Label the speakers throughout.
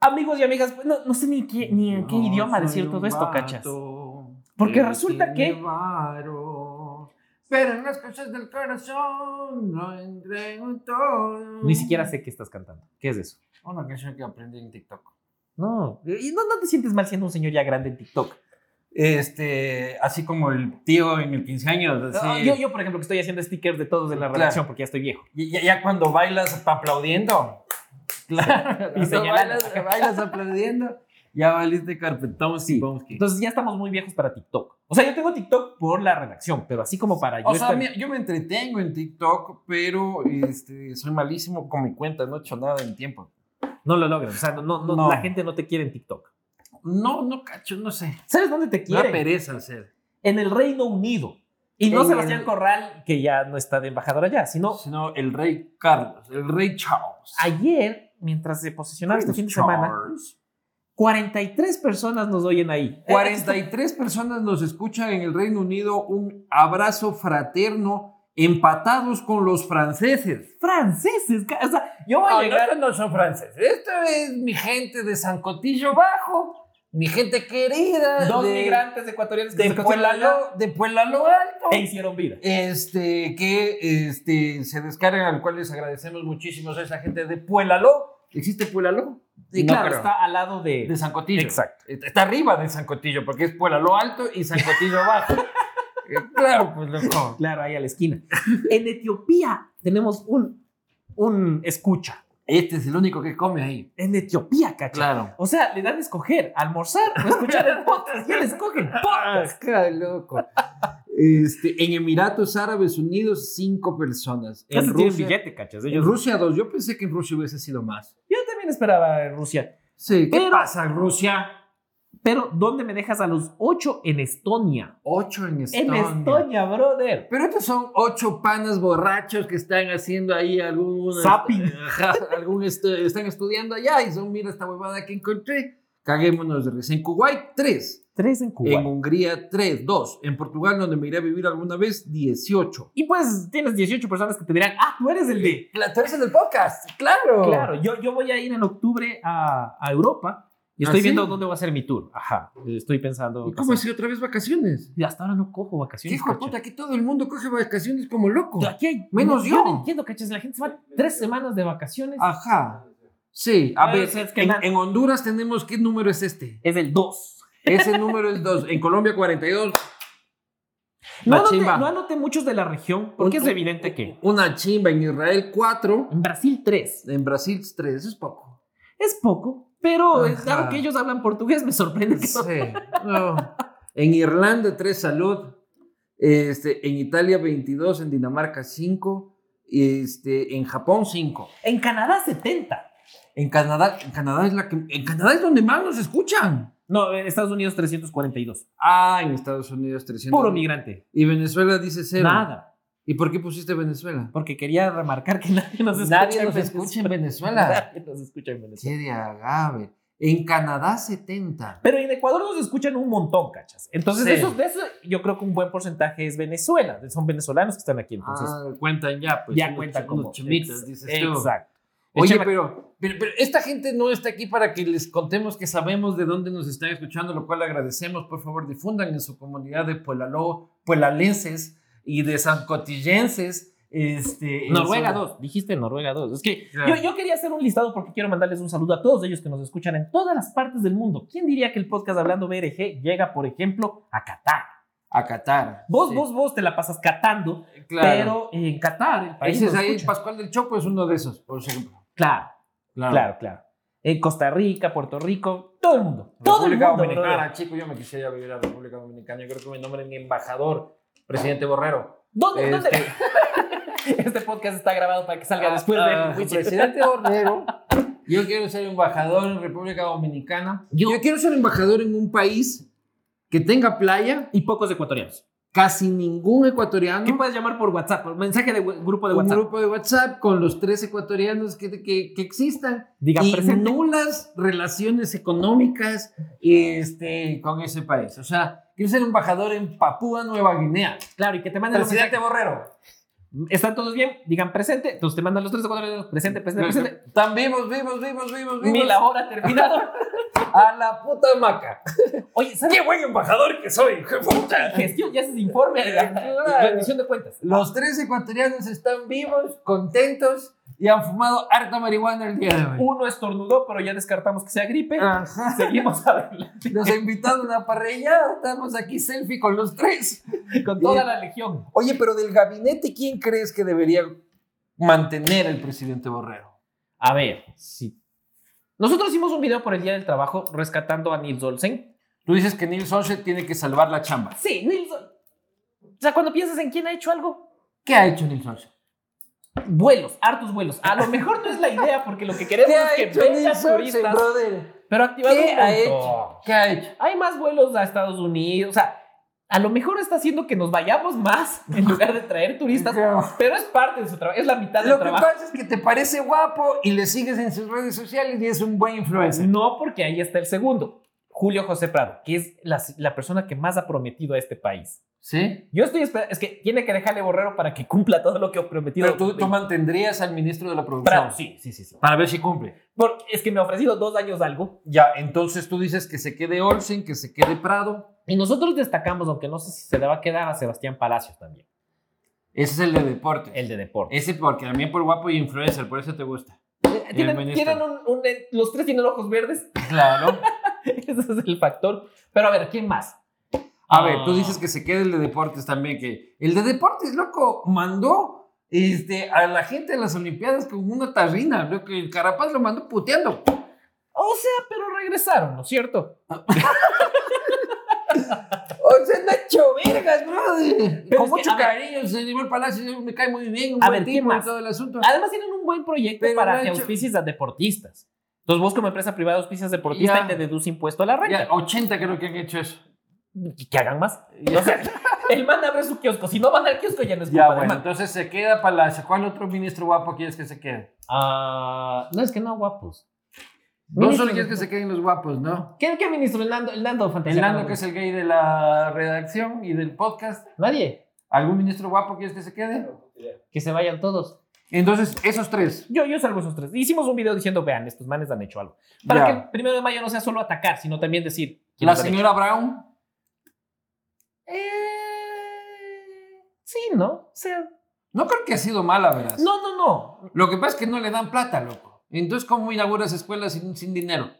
Speaker 1: Amigos y amigas, pues, no, no sé ni, qué- ni en qué
Speaker 2: No
Speaker 1: idioma
Speaker 2: soy
Speaker 1: decir
Speaker 2: un
Speaker 1: todo esto,
Speaker 2: vato
Speaker 1: cachas. Porque
Speaker 2: que
Speaker 1: resulta
Speaker 2: tiene
Speaker 1: que-
Speaker 2: varo, pero en las cosas del corazón no entrego todo.
Speaker 3: Ni siquiera sé qué estás cantando. ¿Qué es eso?
Speaker 2: Una canción que aprendí en TikTok.
Speaker 3: No.
Speaker 1: Y no, no te sientes mal siendo un señor ya grande en TikTok.
Speaker 2: Este, así como el tío en el 15 años.
Speaker 1: Ah,
Speaker 2: así.
Speaker 1: Yo, yo, por ejemplo, que estoy haciendo stickers de todos de la
Speaker 2: Claro.
Speaker 1: redacción porque ya estoy viejo.
Speaker 2: Y- Ya, ya cuando bailas aplaudiendo. Claro.
Speaker 1: Y
Speaker 2: no
Speaker 1: señalando.
Speaker 2: bailas, bailas aplaudiendo. Ya valiste carpetón.
Speaker 1: Sí.
Speaker 2: Bonsky.
Speaker 1: Entonces ya estamos muy viejos para TikTok. O sea, yo tengo TikTok por la redacción, pero así como para
Speaker 2: O
Speaker 1: yo
Speaker 2: sea,
Speaker 1: estar-
Speaker 2: mira, yo me entretengo en TikTok, pero este, soy malísimo con mi cuenta, no he hecho nada en tiempo.
Speaker 3: No lo logran. O sea, no, no,
Speaker 2: No.
Speaker 3: la gente no te quiere en TikTok.
Speaker 2: No, no cacho, no sé.
Speaker 1: ¿Sabes dónde te
Speaker 2: La
Speaker 1: quieren?
Speaker 2: pereza hacer.
Speaker 1: en el Reino Unido. Y no
Speaker 2: En
Speaker 1: Sebastián
Speaker 2: el-
Speaker 1: Corral, que ya no está de embajador allá, sino
Speaker 2: Sino el rey Carlos, el rey Charles.
Speaker 1: ayer, mientras se posesionaron este fin de
Speaker 2: Charles.
Speaker 1: semana, 43 personas nos oyen ahí.
Speaker 2: Eh, 43 personas nos escuchan en el Reino Unido. Un abrazo fraterno, empatados con los franceses.
Speaker 1: Franceses, ca- o sea, yo voy a llegar.
Speaker 2: no son franceses. Esto es mi gente de Sancotillo Bajo, mi gente querida.
Speaker 1: Dos
Speaker 2: de-
Speaker 1: migrantes ecuatorianos que
Speaker 2: de
Speaker 1: se conocen allá
Speaker 2: Puelalo, de Puelalo Alto.
Speaker 1: e hicieron vida.
Speaker 2: Este, que este, se descargan, al cual les agradecemos muchísimo a esa gente de Puelalo. ¿Existe Puelalo?
Speaker 1: Y
Speaker 2: No
Speaker 1: claro,
Speaker 2: creo.
Speaker 1: está al lado de.
Speaker 2: De Sancotillo.
Speaker 1: Exacto.
Speaker 2: Está está arriba de Sancotillo, porque es Puelalo Alto y Sancotillo Bajo. Eh, claro, pues loco.
Speaker 1: Claro, ahí a la esquina. en Etiopía tenemos un, un escucha.
Speaker 2: Este es el único que come ahí.
Speaker 1: En Etiopía, cacha.
Speaker 2: Claro.
Speaker 1: O sea, le dan a escoger almorzar o escuchar el podcast. Ya le escogen podcast.
Speaker 2: qué loco. Este, en Emiratos Árabes Unidos, cinco personas. En
Speaker 3: Casi tienen
Speaker 2: Rusia,
Speaker 3: billete, cachas.
Speaker 2: en
Speaker 3: Ellos
Speaker 2: Rusia, dos. Yo pensé que en Rusia hubiese sido más.
Speaker 1: Yo también esperaba en Rusia.
Speaker 2: Sí, ¿qué
Speaker 1: Pero-
Speaker 2: pasa, Rusia?
Speaker 1: Pero, ¿dónde me dejas a los ocho en Estonia?
Speaker 2: Ocho en Estonia.
Speaker 1: En Estonia, brother.
Speaker 2: Pero estos son ocho panas borrachos que están haciendo ahí algún...
Speaker 1: Zapping.
Speaker 2: Ajá, algún estu- están estudiando allá y son, mira esta huevada que encontré. Caguémonos de risa. En Kuwait, tres.
Speaker 1: Tres en
Speaker 2: En Hungría, tres. Dos. En Portugal, donde me iré a vivir alguna vez, 18.
Speaker 1: Y pues tienes 18 personas que te dirán, ah, tú eres el de.
Speaker 2: La tercera del podcast, claro.
Speaker 1: Claro, yo, yo voy a ir en octubre a, a Europa y
Speaker 2: ¿Ah,
Speaker 1: estoy
Speaker 2: sí?
Speaker 1: viendo dónde voy a hacer mi tour. Ajá, estoy pensando.
Speaker 2: ¿Y cómo
Speaker 1: pasar-
Speaker 2: hacer otra vez vacaciones?
Speaker 1: Y Hasta ahora no cojo vacaciones.
Speaker 2: Hijo de
Speaker 1: cacha.
Speaker 2: puta, aquí todo el mundo coge vacaciones como loco.
Speaker 1: Aquí hay.
Speaker 2: Menos
Speaker 1: no-
Speaker 2: yo. Ah.
Speaker 1: no entiendo, cachas. La gente se va tres semanas de vacaciones.
Speaker 2: Ajá. Sí, a
Speaker 1: Ah,
Speaker 2: ver,
Speaker 1: o sea, es que
Speaker 2: en,
Speaker 1: na-
Speaker 2: en Honduras tenemos, ¿qué número es este?
Speaker 1: Es el 2.
Speaker 2: Ese número es 2. En Colombia 42.
Speaker 1: No
Speaker 2: La
Speaker 1: anoté,
Speaker 2: chimba.
Speaker 1: no anoté muchos de la región, porque
Speaker 2: Un-
Speaker 1: es evidente que.
Speaker 2: Una chimba. En Israel 4.
Speaker 1: En Brasil, tres.
Speaker 2: En Brasil 3. Eso es poco.
Speaker 1: Es poco, pero eh,
Speaker 2: Ajá.
Speaker 1: dado que ellos hablan portugués, me sorprende que no.
Speaker 2: Sí. No. En Irlanda 3. Salud. Este, en Italia 22. En Dinamarca 5. Este, en Japón 5.
Speaker 1: En Canadá, 70.
Speaker 2: En Canadá, en Canadá es la que, en Canadá es donde más nos escuchan.
Speaker 1: No, en Estados Unidos, 342.
Speaker 2: Ah, en Estados Unidos 300.
Speaker 1: Puro migrante.
Speaker 2: Y Venezuela dice cero.
Speaker 1: Nada.
Speaker 2: ¿Y por qué pusiste Venezuela?
Speaker 1: Porque quería remarcar que nadie nos escucha.
Speaker 2: Nadie
Speaker 1: en
Speaker 2: nos
Speaker 1: Venezuela.
Speaker 2: escucha en Venezuela.
Speaker 1: Nadie nos escucha en Venezuela.
Speaker 2: Qué de agave. En Canadá 70.
Speaker 1: Pero en Ecuador nos escuchan un montón, cachas. Entonces,
Speaker 2: Sí.
Speaker 1: de esos, de eso, yo creo que un buen porcentaje es Venezuela. Son venezolanos que están aquí, entonces.
Speaker 2: Ah, cuentan ya, pues.
Speaker 1: ya
Speaker 2: unos-
Speaker 1: cuenta
Speaker 2: unos
Speaker 1: como.
Speaker 2: chimitas,
Speaker 1: Ex-
Speaker 2: dices tú.
Speaker 1: Exacto.
Speaker 2: Oye,
Speaker 1: Échame-
Speaker 2: pero, pero, pero esta gente no está aquí para que les contemos que sabemos de dónde nos están escuchando, lo cual agradecemos. Por favor, difundan en su comunidad de puelaló, puelalenses y de sancotillenses. Este, en
Speaker 1: Noruega
Speaker 2: su-
Speaker 1: 2, dijiste Noruega 2. Es que
Speaker 2: Claro.
Speaker 1: yo, yo quería hacer un listado porque quiero mandarles un saludo a todos ellos que nos escuchan en todas las partes del mundo. ¿Quién diría que el podcast Hablando BRG llega, por ejemplo, a Qatar?
Speaker 2: A Qatar.
Speaker 1: Vos,
Speaker 2: Sí,
Speaker 1: vos, vos te la pasas catando,
Speaker 2: Claro.
Speaker 1: pero en Qatar, el país.
Speaker 2: Ese es
Speaker 1: nos
Speaker 2: ahí,
Speaker 1: escucha.
Speaker 2: Pascual del Chopo es uno de esos, por ejemplo.
Speaker 1: Claro,
Speaker 2: Ah.
Speaker 1: claro, claro. En Costa Rica, Puerto Rico, todo el mundo. Todo el
Speaker 2: República
Speaker 1: mundo.
Speaker 2: Dominicana,
Speaker 1: brother.
Speaker 2: chico, yo me quisiera vivir a República Dominicana. Yo creo que me nombren mi embajador, presidente Borrero.
Speaker 1: ¿Dónde, dónde?
Speaker 2: Este-
Speaker 1: Este podcast está grabado para que salga después
Speaker 2: Ah,
Speaker 1: de
Speaker 2: ah, presidente Borrero. Yo quiero ser embajador en República Dominicana. Yo, quiero ser embajador en un país que tenga playa,
Speaker 1: Y pocos ecuatorianos.
Speaker 2: casi ningún ecuatoriano.
Speaker 1: ¿Qué puedes llamar por WhatsApp? Por mensaje de gu- grupo de
Speaker 2: un
Speaker 1: WhatsApp.
Speaker 2: grupo de WhatsApp con los tres ecuatorianos que, que- que existan
Speaker 1: Diga,
Speaker 2: y
Speaker 1: presente.
Speaker 2: nulas relaciones económicas este, con ese país. O sea, quiero ser embajador en Papúa Nueva Guinea.
Speaker 1: Claro, y que te manden un mensaje.
Speaker 2: Presidente Borrero,
Speaker 1: ¿Están todos bien? Digan presente. Entonces te mandan los tres o cuatro videos. Presente, presente, presente.
Speaker 2: Están vivos, vivos, vivos, vivos,
Speaker 1: Ni
Speaker 2: vivos.
Speaker 1: la hora ha terminado.
Speaker 2: A la puta maca.
Speaker 1: Oye, ¿sabes?
Speaker 2: ¡Qué buen embajador que soy! hijo de puta!
Speaker 1: Gestión, ya haces informe.
Speaker 2: Claro.
Speaker 1: Rendición de cuentas.
Speaker 2: Los tres ecuatorianos están vivos, contentos y han fumado harta marihuana el día de hoy.
Speaker 1: Uno estornudó, pero ya descartamos que sea gripe.
Speaker 2: Ajá.
Speaker 1: Seguimos adelante
Speaker 2: Nos ha invitado a una parrilla, estamos aquí selfie con los tres.
Speaker 1: con toda la legión.
Speaker 2: Oye, pero del gabinete, ¿quién crees que debería mantener el presidente Borrero?
Speaker 1: A ver, sí. Nosotros hicimos un video por el Día del Trabajo rescatando a Nils Olsen.
Speaker 2: Tú dices que Nils Olsen tiene que salvar la chamba.
Speaker 1: Sí, Nils Olsen. O sea, cuando piensas en quién ha hecho algo,
Speaker 2: ¿Qué ha hecho Nils Olsen?
Speaker 1: vuelos, hartos vuelos. A lo mejor no es la idea porque lo que queremos
Speaker 2: ¿Qué
Speaker 1: es
Speaker 2: ha
Speaker 1: que
Speaker 2: hecho
Speaker 1: vengan
Speaker 2: Nils Olsen,
Speaker 1: turistas.
Speaker 2: brother?
Speaker 1: Pero activado
Speaker 2: ¿Qué
Speaker 1: un
Speaker 2: ha
Speaker 1: montón.
Speaker 2: hecho? ¿Qué ha hecho?
Speaker 1: Hay más vuelos a Estados Unidos. O sea, a lo mejor está haciendo que nos vayamos más en lugar de traer turistas. Pero es parte de su trabajo, es la mitad del
Speaker 2: Lo que
Speaker 1: trabajo.
Speaker 2: pasa es que te parece guapo y le sigues en sus redes sociales y es un buen influencer.
Speaker 1: No, porque ahí está el segundo. Julio José Prado, que es la, la persona que más ha prometido a este país.
Speaker 2: ¿Sí?
Speaker 1: Yo estoy esperando, es que tiene que dejarle borrero para que cumpla todo lo que ha prometido.
Speaker 2: Pero tú, tú mantendrías al ministro de la producción.
Speaker 1: Prado, sí, sí, sí. sí.
Speaker 2: Para ver si cumple.
Speaker 1: Por- es que me ha ofrecido dos años algo
Speaker 2: Ya, entonces tú dices que se quede Olsen, que se quede Prado.
Speaker 1: y nosotros destacamos, aunque no sé si se le va a quedar a Sebastián Palacios también,
Speaker 2: Ese es el de deporte.
Speaker 1: el de deporte.
Speaker 2: Ese porque también por guapo y influencer, por eso te gusta.
Speaker 1: Eh, Tienen,
Speaker 2: ministro.
Speaker 1: tienen un- un- eh, los tres tienen ojos verdes,
Speaker 2: Claro.
Speaker 1: ese es el factor. Pero a ver, ¿quién más?
Speaker 2: A ver, tú
Speaker 1: Ah.
Speaker 2: dices que se quede el de deportes también, que el de deportes, loco, mandó este, a la gente de las Olimpiadas con una tarrina, loco, y el Carapaz lo mandó puteando.
Speaker 1: O sea, pero regresaron, ¿no es cierto?
Speaker 2: O sea, Nacho Vergas, brother.
Speaker 1: Pero
Speaker 2: Con
Speaker 1: es que,
Speaker 2: mucho
Speaker 1: a ver-
Speaker 2: cariño, señor Palacio, me cae muy bien, un
Speaker 1: A
Speaker 2: buen
Speaker 1: ver, ¿qué
Speaker 2: tipo y
Speaker 1: más?
Speaker 2: todo el asunto.
Speaker 1: Además tienen un buen proyecto
Speaker 2: Pero
Speaker 1: para
Speaker 2: lo
Speaker 1: que
Speaker 2: ha hecho-
Speaker 1: auspicies a deportistas. Entonces vos como empresa privada auspicias deportista
Speaker 2: Ya.
Speaker 1: y te deduce impuesto a la
Speaker 2: Ya,
Speaker 1: renta.
Speaker 2: 80 creo que han hecho eso.
Speaker 1: Y Que hagan más. O sea, el man abre su kiosco. Si no van al kiosco ya no es culpa
Speaker 2: Ya,
Speaker 1: del
Speaker 2: bueno,
Speaker 1: man.
Speaker 2: entonces se queda Palacio. ¿Cuál otro ministro guapo quieres que se quede?
Speaker 1: Ah, no, es que no, guapos.
Speaker 2: No solo
Speaker 1: Ministro-
Speaker 2: quieres que se queden los guapos, ¿no?
Speaker 1: ¿Qué, qué ministro? El Nando, el Nando Fantasía.
Speaker 2: El Nando, que es el gay de la redacción y del podcast.
Speaker 1: Nadie.
Speaker 2: ¿Algún ministro guapo quieres que se quede?
Speaker 1: Que se vayan todos.
Speaker 2: Entonces, esos tres.
Speaker 1: Yo, yo salvo esos tres. Hicimos un video diciendo, vean, estos manes han hecho algo. Para
Speaker 2: Ya.
Speaker 1: que el primero de mayo no sea solo atacar, sino también decir...
Speaker 2: La
Speaker 1: ¿quiénes han
Speaker 2: señora Brown.
Speaker 1: hecho? Eh, Sí, ¿no? O sea,
Speaker 2: No creo que ha sido mala, ¿verdad?
Speaker 1: no, no, no.
Speaker 2: Lo que pasa es que no le dan plata, loco. Entonces, ¿cómo inauguras escuelas sin, sin dinero?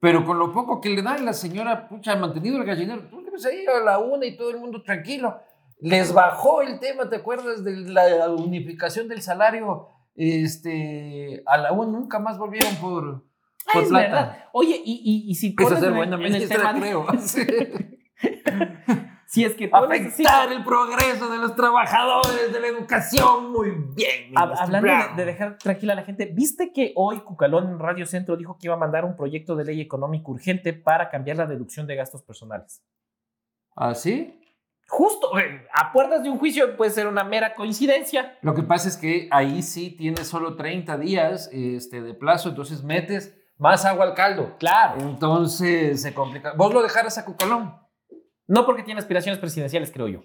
Speaker 2: Pero con lo poco que le dan, la señora, pucha, ha mantenido el gallinero. Tú le ves ahí a la una y todo el mundo tranquilo. Les bajó el tema, ¿te acuerdas de la unificación del salario? Este, a la una nunca más volvieron por,
Speaker 1: Ah,
Speaker 2: por
Speaker 1: es
Speaker 2: plata.
Speaker 1: verdad. Oye, y, y, y si
Speaker 2: Quiso
Speaker 1: pones
Speaker 2: ser
Speaker 1: en,
Speaker 2: buena
Speaker 1: el- en el
Speaker 2: ministra,
Speaker 1: tema, de-
Speaker 2: creo. este Sí.
Speaker 1: si es que pones así-
Speaker 2: Afectar el progreso de los trabajadores, de la educación. Muy bien.
Speaker 1: Hab-
Speaker 2: ministro
Speaker 1: hablando de,
Speaker 2: Brown.
Speaker 1: de dejar tranquila a la gente, ¿viste que hoy Cucalón en Radio Centro dijo que iba a mandar un proyecto de ley económico urgente para cambiar la deducción de gastos personales?
Speaker 2: ¿Ah, sí?
Speaker 1: Justo, eh, a puertas de un juicio puede ser una mera coincidencia.
Speaker 2: Lo que pasa es que ahí sí tienes solo 30 días este, de plazo, entonces metes más agua al caldo.
Speaker 1: Claro.
Speaker 2: Entonces se complica. ¿Vos lo dejaras a Cucalón?
Speaker 1: No porque tiene aspiraciones presidenciales, creo yo.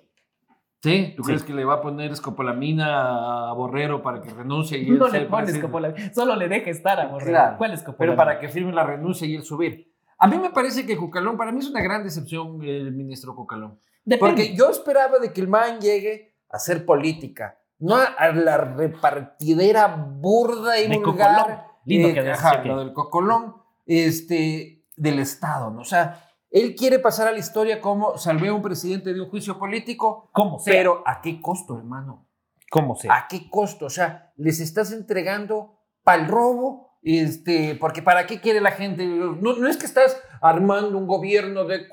Speaker 2: Sí, ¿tú
Speaker 1: Sí.
Speaker 2: crees que le va a poner escopolamina a Borrero para que renuncie y él
Speaker 1: No
Speaker 2: sea
Speaker 1: le
Speaker 2: el
Speaker 1: pones
Speaker 2: presidente?
Speaker 1: copolamina, solo le deja estar a Borrell.
Speaker 2: pues Claro,
Speaker 1: ¿Cuál es copolamina?
Speaker 2: Pero para que firme la renuncia y él subir. A mí me parece que Cucalón, para mí es una gran decepción el ministro Cucalón.
Speaker 1: Depende.
Speaker 2: Porque yo esperaba de que el man llegue a hacer política, no a, a la repartidera burda y
Speaker 1: De
Speaker 2: vulgar.
Speaker 1: Cocolón. Lindo
Speaker 2: eh,
Speaker 1: que decía
Speaker 2: ajá,
Speaker 1: que-
Speaker 2: lo del cocolón este, del Estado, ¿no? O sea, él quiere pasar a la historia como salvé a un presidente de un juicio político,
Speaker 1: Como sea.
Speaker 2: pero ¿a qué costo, hermano?
Speaker 1: como sea.
Speaker 2: ¿A qué costo? O sea, les estás entregando para el robo, este, porque ¿para qué quiere la gente? No, no es que estás armando un gobierno de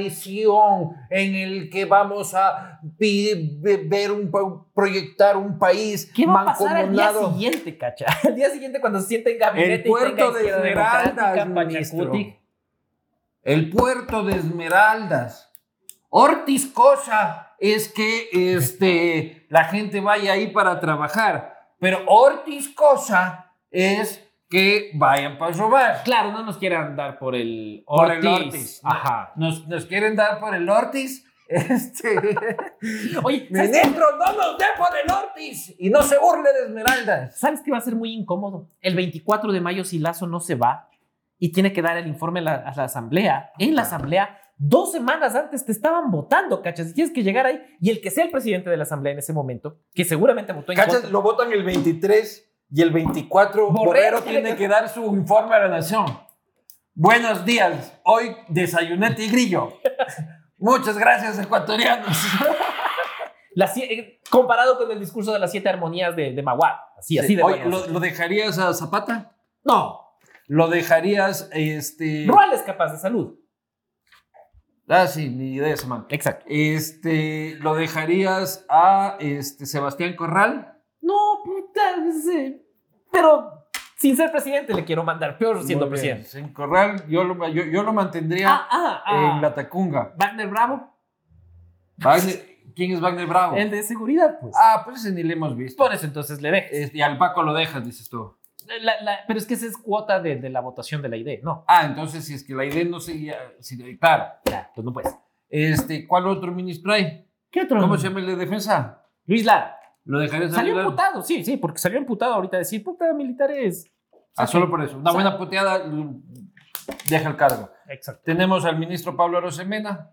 Speaker 2: coalición en el que vamos a vi- ve- ver un, pa- proyectar un país
Speaker 1: ¿Qué va a pasar al día
Speaker 2: mancomunado.
Speaker 1: siguiente, cacha? Al día siguiente cuando se siente en gabinete
Speaker 2: El puerto de
Speaker 1: Izquierda
Speaker 2: Esmeraldas,
Speaker 1: Democrática,
Speaker 2: ministro.
Speaker 1: Pachacuti.
Speaker 2: El puerto de Esmeraldas. Ortiz Cosa es que este, la gente vaya ahí para trabajar, pero Ortiz Cosa es que vayan para robar.
Speaker 1: Claro, no nos quieran dar por el
Speaker 2: Por
Speaker 1: Ortiz.
Speaker 2: el Ortiz.
Speaker 1: Ajá.
Speaker 2: Nos, nos quieren dar por el Ortiz Este,
Speaker 1: Oye, ¿sabes qué?
Speaker 2: Menetro, no nos dejo del Ortiz y no se burle de Esmeralda.
Speaker 1: ¿Sabes qué va a ser muy incómodo? El 24 de mayo, si Lazo no se va y tiene que dar el informe a la, a la asamblea, en la asamblea, dos semanas antes te estaban votando, cachas. Y tienes que llegar ahí y el que sea el presidente de la asamblea en ese momento, que seguramente votó en
Speaker 2: Cachas,
Speaker 1: contra.
Speaker 2: lo votan el 23 y el 24
Speaker 1: Borrero
Speaker 2: Borrero
Speaker 1: tiene
Speaker 2: tiene que dar su informe a la nación. Buenos días, hoy desayuné tigrillo. Muchas gracias, ecuatorianos.
Speaker 1: La sie- eh, comparado con el discurso de las siete armonías de, de Maguá. Así, así de
Speaker 2: Oye,
Speaker 1: bueno.
Speaker 2: ¿lo, lo dejarías a Zapata?
Speaker 1: No,
Speaker 2: ¿Lo dejarías, este...
Speaker 1: Ruales capaz de salud.
Speaker 2: Ah, sí, ni idea de ese man.
Speaker 1: Exacto.
Speaker 2: Este, ¿lo dejarías a este, Sebastián Corral?
Speaker 1: No, puta, sí. pero sin ser presidente le quiero mandar, peor siendo
Speaker 2: Muy bien,
Speaker 1: presidente.
Speaker 2: sin Corral, yo lo, yo, yo lo mantendría
Speaker 1: Ah, ah, ah.
Speaker 2: en la Tacunga.
Speaker 1: Wagner Bravo,
Speaker 2: Wagner- ¿Quién es Wagner Bravo?
Speaker 1: el de seguridad, pues.
Speaker 2: Ah, pues ese ni le hemos visto.
Speaker 1: Por eso entonces le dejes.
Speaker 2: Este, y al Paco lo dejas, dices tú.
Speaker 1: La- la- pero es que esa es cuota de, de la votación de la idea, no.
Speaker 2: Ah, entonces si es que la idea no seguía. si- claro.
Speaker 1: ya, pues no puedes.
Speaker 2: Este, ¿Cuál otro ministro hay?
Speaker 1: ¿Qué otro?
Speaker 2: ¿Cómo se llama el de defensa?
Speaker 1: Luis Lara.
Speaker 2: ¿Lo dejarías a
Speaker 1: Salió
Speaker 2: Aguilar?
Speaker 1: imputado, sí, sí, porque salió imputado ahorita decir, puta, militares.
Speaker 2: Ah, solo por eso. Una buena puteada mm, deja el cargo.
Speaker 1: Exacto.
Speaker 2: Tenemos al ministro Pablo Arosemena.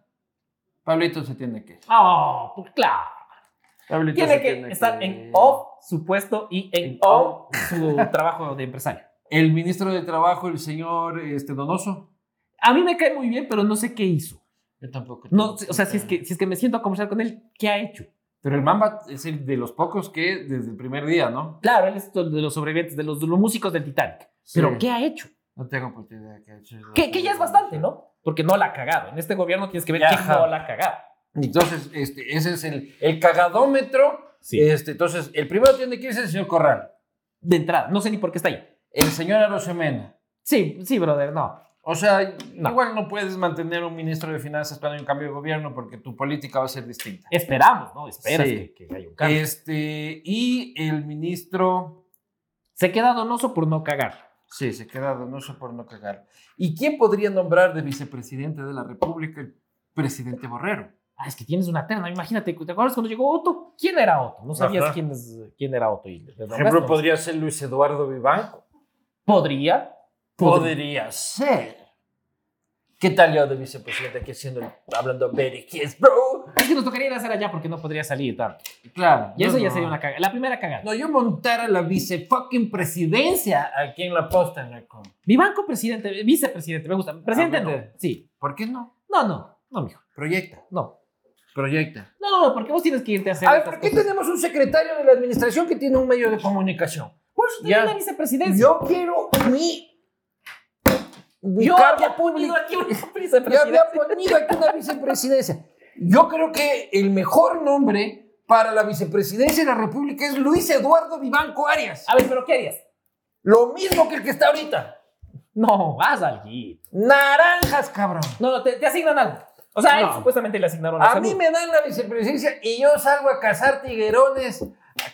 Speaker 2: Pablito se tiene que ir.
Speaker 1: Ah, pues claro.
Speaker 2: Pablito se
Speaker 1: Tiene que estar en off su puesto y en
Speaker 2: En
Speaker 1: on su trabajo de empresario.
Speaker 2: El ministro de Trabajo, el señor este, Donoso.
Speaker 1: A mí me cae muy bien, pero no sé qué hizo.
Speaker 2: Yo tampoco.
Speaker 1: No, o sea, si es, que, si es que me siento a conversar con él, ¿qué ha hecho?
Speaker 2: Pero el Mamba es el de los pocos que desde el primer día, ¿no?
Speaker 1: Claro, él es de los sobrevivientes, de los, de los músicos del Titanic. Pero
Speaker 2: Sí.
Speaker 1: ¿qué ha hecho?
Speaker 2: No tengo puta idea que ha hecho.
Speaker 1: Que, que ya es bastante, ¿no? Porque no la ha cagado. En este gobierno tienes que ver
Speaker 2: Ya,
Speaker 1: quién
Speaker 2: ajá.
Speaker 1: no la ha cagado.
Speaker 2: Entonces, este, ese es el, el cagadómetro.
Speaker 3: Sí.
Speaker 2: Este, entonces, el primero tiene que irse el señor Corral,
Speaker 1: Eh, De entrada, no sé ni por qué está ahí.
Speaker 2: el señor Arosemena.
Speaker 1: Sí, sí, brother, no.
Speaker 2: O sea,
Speaker 1: No.
Speaker 2: igual no puedes mantener un ministro de Finanzas cuando hay un cambio de gobierno porque tu política va a ser distinta.
Speaker 1: Esperamos, ¿no? Esperas
Speaker 2: Sí.
Speaker 1: que, que haya un cambio.
Speaker 2: Este, y el ministro.
Speaker 1: Se queda donoso por no cagar.
Speaker 2: Sí, se queda donoso por no cagar. ¿Y quién podría nombrar de vicepresidente de la República el presidente Borrero?
Speaker 1: Ah, es que tienes una terna. Imagínate, ¿te acuerdas cuando llegó Otto? ¿Quién era Otto? No sabías
Speaker 2: Ajá.
Speaker 1: quién, es, quién era Otto. Y le- le
Speaker 2: Por
Speaker 1: nombraste,
Speaker 2: ejemplo,
Speaker 1: ¿no?
Speaker 2: podría ser Luis Eduardo Vivanco.
Speaker 1: podría. Podría.
Speaker 2: Podría ser. ¿Qué tal yo de vicepresidente aquí haciendo, hablando Betty Kiss, bro?
Speaker 1: Es que nos tocaría ir a hacer allá porque no podría salir tanto.
Speaker 2: Claro.
Speaker 1: Y eso
Speaker 2: no,
Speaker 1: ya
Speaker 2: no.
Speaker 1: sería una cagada. La primera cagada.
Speaker 2: No, yo montara la vice fucking presidencia aquí en la posta, loco.
Speaker 1: Mi banco presidente, vicepresidente, me gusta. Presidente,
Speaker 2: Ah, bueno.
Speaker 1: sí.
Speaker 2: ¿Por qué no?
Speaker 1: No, no, no, mijo.
Speaker 2: Proyecta.
Speaker 1: No.
Speaker 2: Proyecta.
Speaker 1: No, no, no, porque vos tienes que irte a hacer.
Speaker 2: A ver,
Speaker 1: estas
Speaker 2: ¿por qué
Speaker 1: cosas.
Speaker 2: tenemos un secretario de la administración que tiene un medio de comunicación?
Speaker 1: Por eso tenés
Speaker 2: Ya.
Speaker 1: la vicepresidencia.
Speaker 2: Yo quiero mi, mi
Speaker 1: Yo había
Speaker 2: cargo
Speaker 1: ponido
Speaker 2: público.
Speaker 1: aquí una
Speaker 2: Yo
Speaker 1: vicepresidencia.
Speaker 2: había ponido aquí una vicepresidencia. Yo creo que el mejor nombre para la vicepresidencia de la República es Luis Eduardo Vivanco Arias.
Speaker 1: A ver, pero ¿qué harías?
Speaker 2: Lo mismo que el que está ahorita.
Speaker 1: No, haz algo.
Speaker 2: Naranjas, cabrón.
Speaker 1: No, no, te, te asignan algo. O sea, a él
Speaker 2: No.
Speaker 1: supuestamente le asignaron la
Speaker 2: A
Speaker 1: salud. Ah,
Speaker 2: mí me dan la vicepresidencia y yo salgo a cazar tiguerones,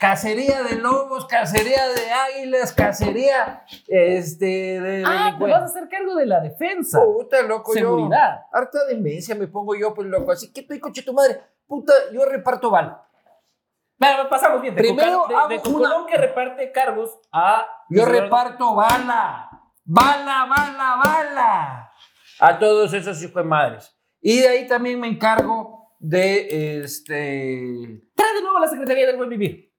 Speaker 2: cacería de lobos, cacería de águilas, cacería este, de
Speaker 1: Ah, te vas a
Speaker 2: delincuentes.
Speaker 1: hacer cargo de la defensa,
Speaker 2: Puta, loco, yo-
Speaker 1: seguridad.
Speaker 2: harta demencia me pongo yo, pues loco. Así que estoy coche tu madre. Puta, yo reparto bala.
Speaker 1: Pero pasamos bien. de
Speaker 2: Primero
Speaker 1: Coca- de, de
Speaker 2: hago una-
Speaker 1: Cocolón que reparte cargos a.
Speaker 2: Yo reparto bala. Bala, bala, bala. A todos esos hijos de madres. Y de ahí también me encargo de este.
Speaker 1: Trae de nuevo a la Secretaría del Buen Vivir.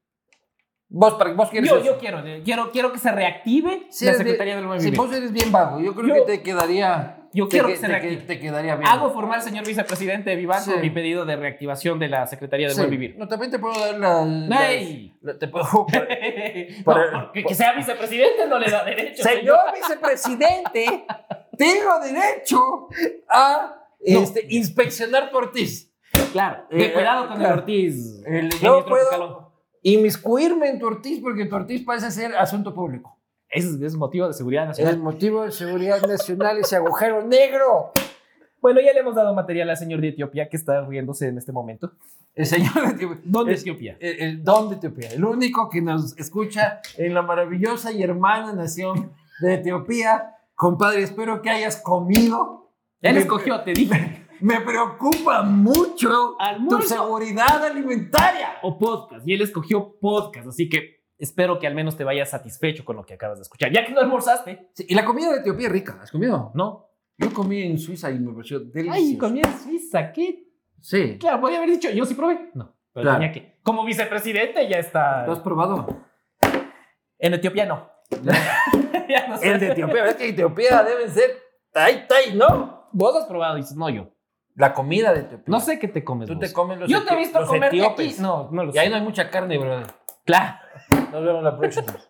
Speaker 2: Vos, para- vos quieres.
Speaker 1: Yo,
Speaker 2: eso.
Speaker 1: yo quiero, eh, quiero, quiero que se reactive
Speaker 2: Si
Speaker 1: la
Speaker 2: eres bien-
Speaker 1: Secretaría del Buen
Speaker 2: Si
Speaker 1: Vivir.
Speaker 2: vos eres bien vago, yo creo
Speaker 1: Yo-
Speaker 2: que te quedaría.
Speaker 1: yo
Speaker 2: te
Speaker 1: quiero que
Speaker 2: que-
Speaker 1: se
Speaker 2: te,
Speaker 1: reactive.
Speaker 2: que- te quedaría bien.
Speaker 1: Hago formal, señor vicepresidente Vivanco,
Speaker 2: Sí.
Speaker 1: mi pedido de reactivación de la Secretaría del
Speaker 2: Sí.
Speaker 1: Buen Vivir.
Speaker 2: No, también te puedo dar la. la-
Speaker 1: ¡Ey!
Speaker 2: la- te puedo.
Speaker 1: No, porque que sea vicepresidente no le da derecho.
Speaker 2: Señor vicepresidente, tengo derecho a
Speaker 1: No.
Speaker 2: este, inspeccionar Cortiz.
Speaker 1: Claro, de
Speaker 2: Eh,
Speaker 1: cuidado con
Speaker 2: claro.
Speaker 1: el Ortiz.
Speaker 2: El- yo
Speaker 1: ministro
Speaker 2: puedo-
Speaker 1: Pucalón.
Speaker 2: Inmiscuirme en Ortiz porque Ortiz parece ser asunto público.
Speaker 1: Ese es, es motivo de seguridad nacional.
Speaker 2: El motivo de seguridad nacional ese agujero negro.
Speaker 1: Bueno, ya le hemos dado material al señor de Etiopía que está riéndose en este momento.
Speaker 2: El señor de Etiopía.
Speaker 1: ¿Dónde
Speaker 2: Es-
Speaker 1: Etiopía?
Speaker 2: El, el don de Etiopía. El único que nos escucha en la maravillosa y hermana nación de Etiopía. Compadre, espero que hayas comido.
Speaker 1: Él
Speaker 2: Me-
Speaker 1: escogió, te dije.
Speaker 2: me preocupa mucho tu
Speaker 1: Almuerzo.
Speaker 2: seguridad alimentaria.
Speaker 1: o podcast. Y él escogió podcast, así que espero que al menos te vayas satisfecho con lo que acabas de escuchar. Ya que no almorzaste,
Speaker 2: Sí, y la comida de Etiopía es rica, ¿has comido?
Speaker 1: ¿no?
Speaker 2: Yo comí en Suiza y me pareció delicioso.
Speaker 1: Ay, comida en Suiza, ¿qué?
Speaker 2: Sí.
Speaker 1: Claro, podría haber dicho, yo sí probé. No, pero
Speaker 2: Claro.
Speaker 1: tenía que. Como vicepresidente ya
Speaker 2: ¿Lo has
Speaker 1: está.
Speaker 2: probado?
Speaker 1: En Etiopía no. Ya no sé.
Speaker 2: El de Etiopía, ¿verdad que Etiopía deben ser tai tai, no?
Speaker 1: Vos has probado, dices, no yo.
Speaker 2: La comida de Etiopía.
Speaker 1: No sé qué te comes.
Speaker 2: Tú
Speaker 1: vos.
Speaker 2: te comes los
Speaker 1: yo te he
Speaker 2: eti-
Speaker 1: visto
Speaker 2: los
Speaker 1: comer
Speaker 2: etíopes.
Speaker 1: aquí. No, no lo
Speaker 2: Y ahí
Speaker 1: sé.
Speaker 2: no hay mucha carne, brother.
Speaker 1: Claro.
Speaker 2: Nos vemos la próxima.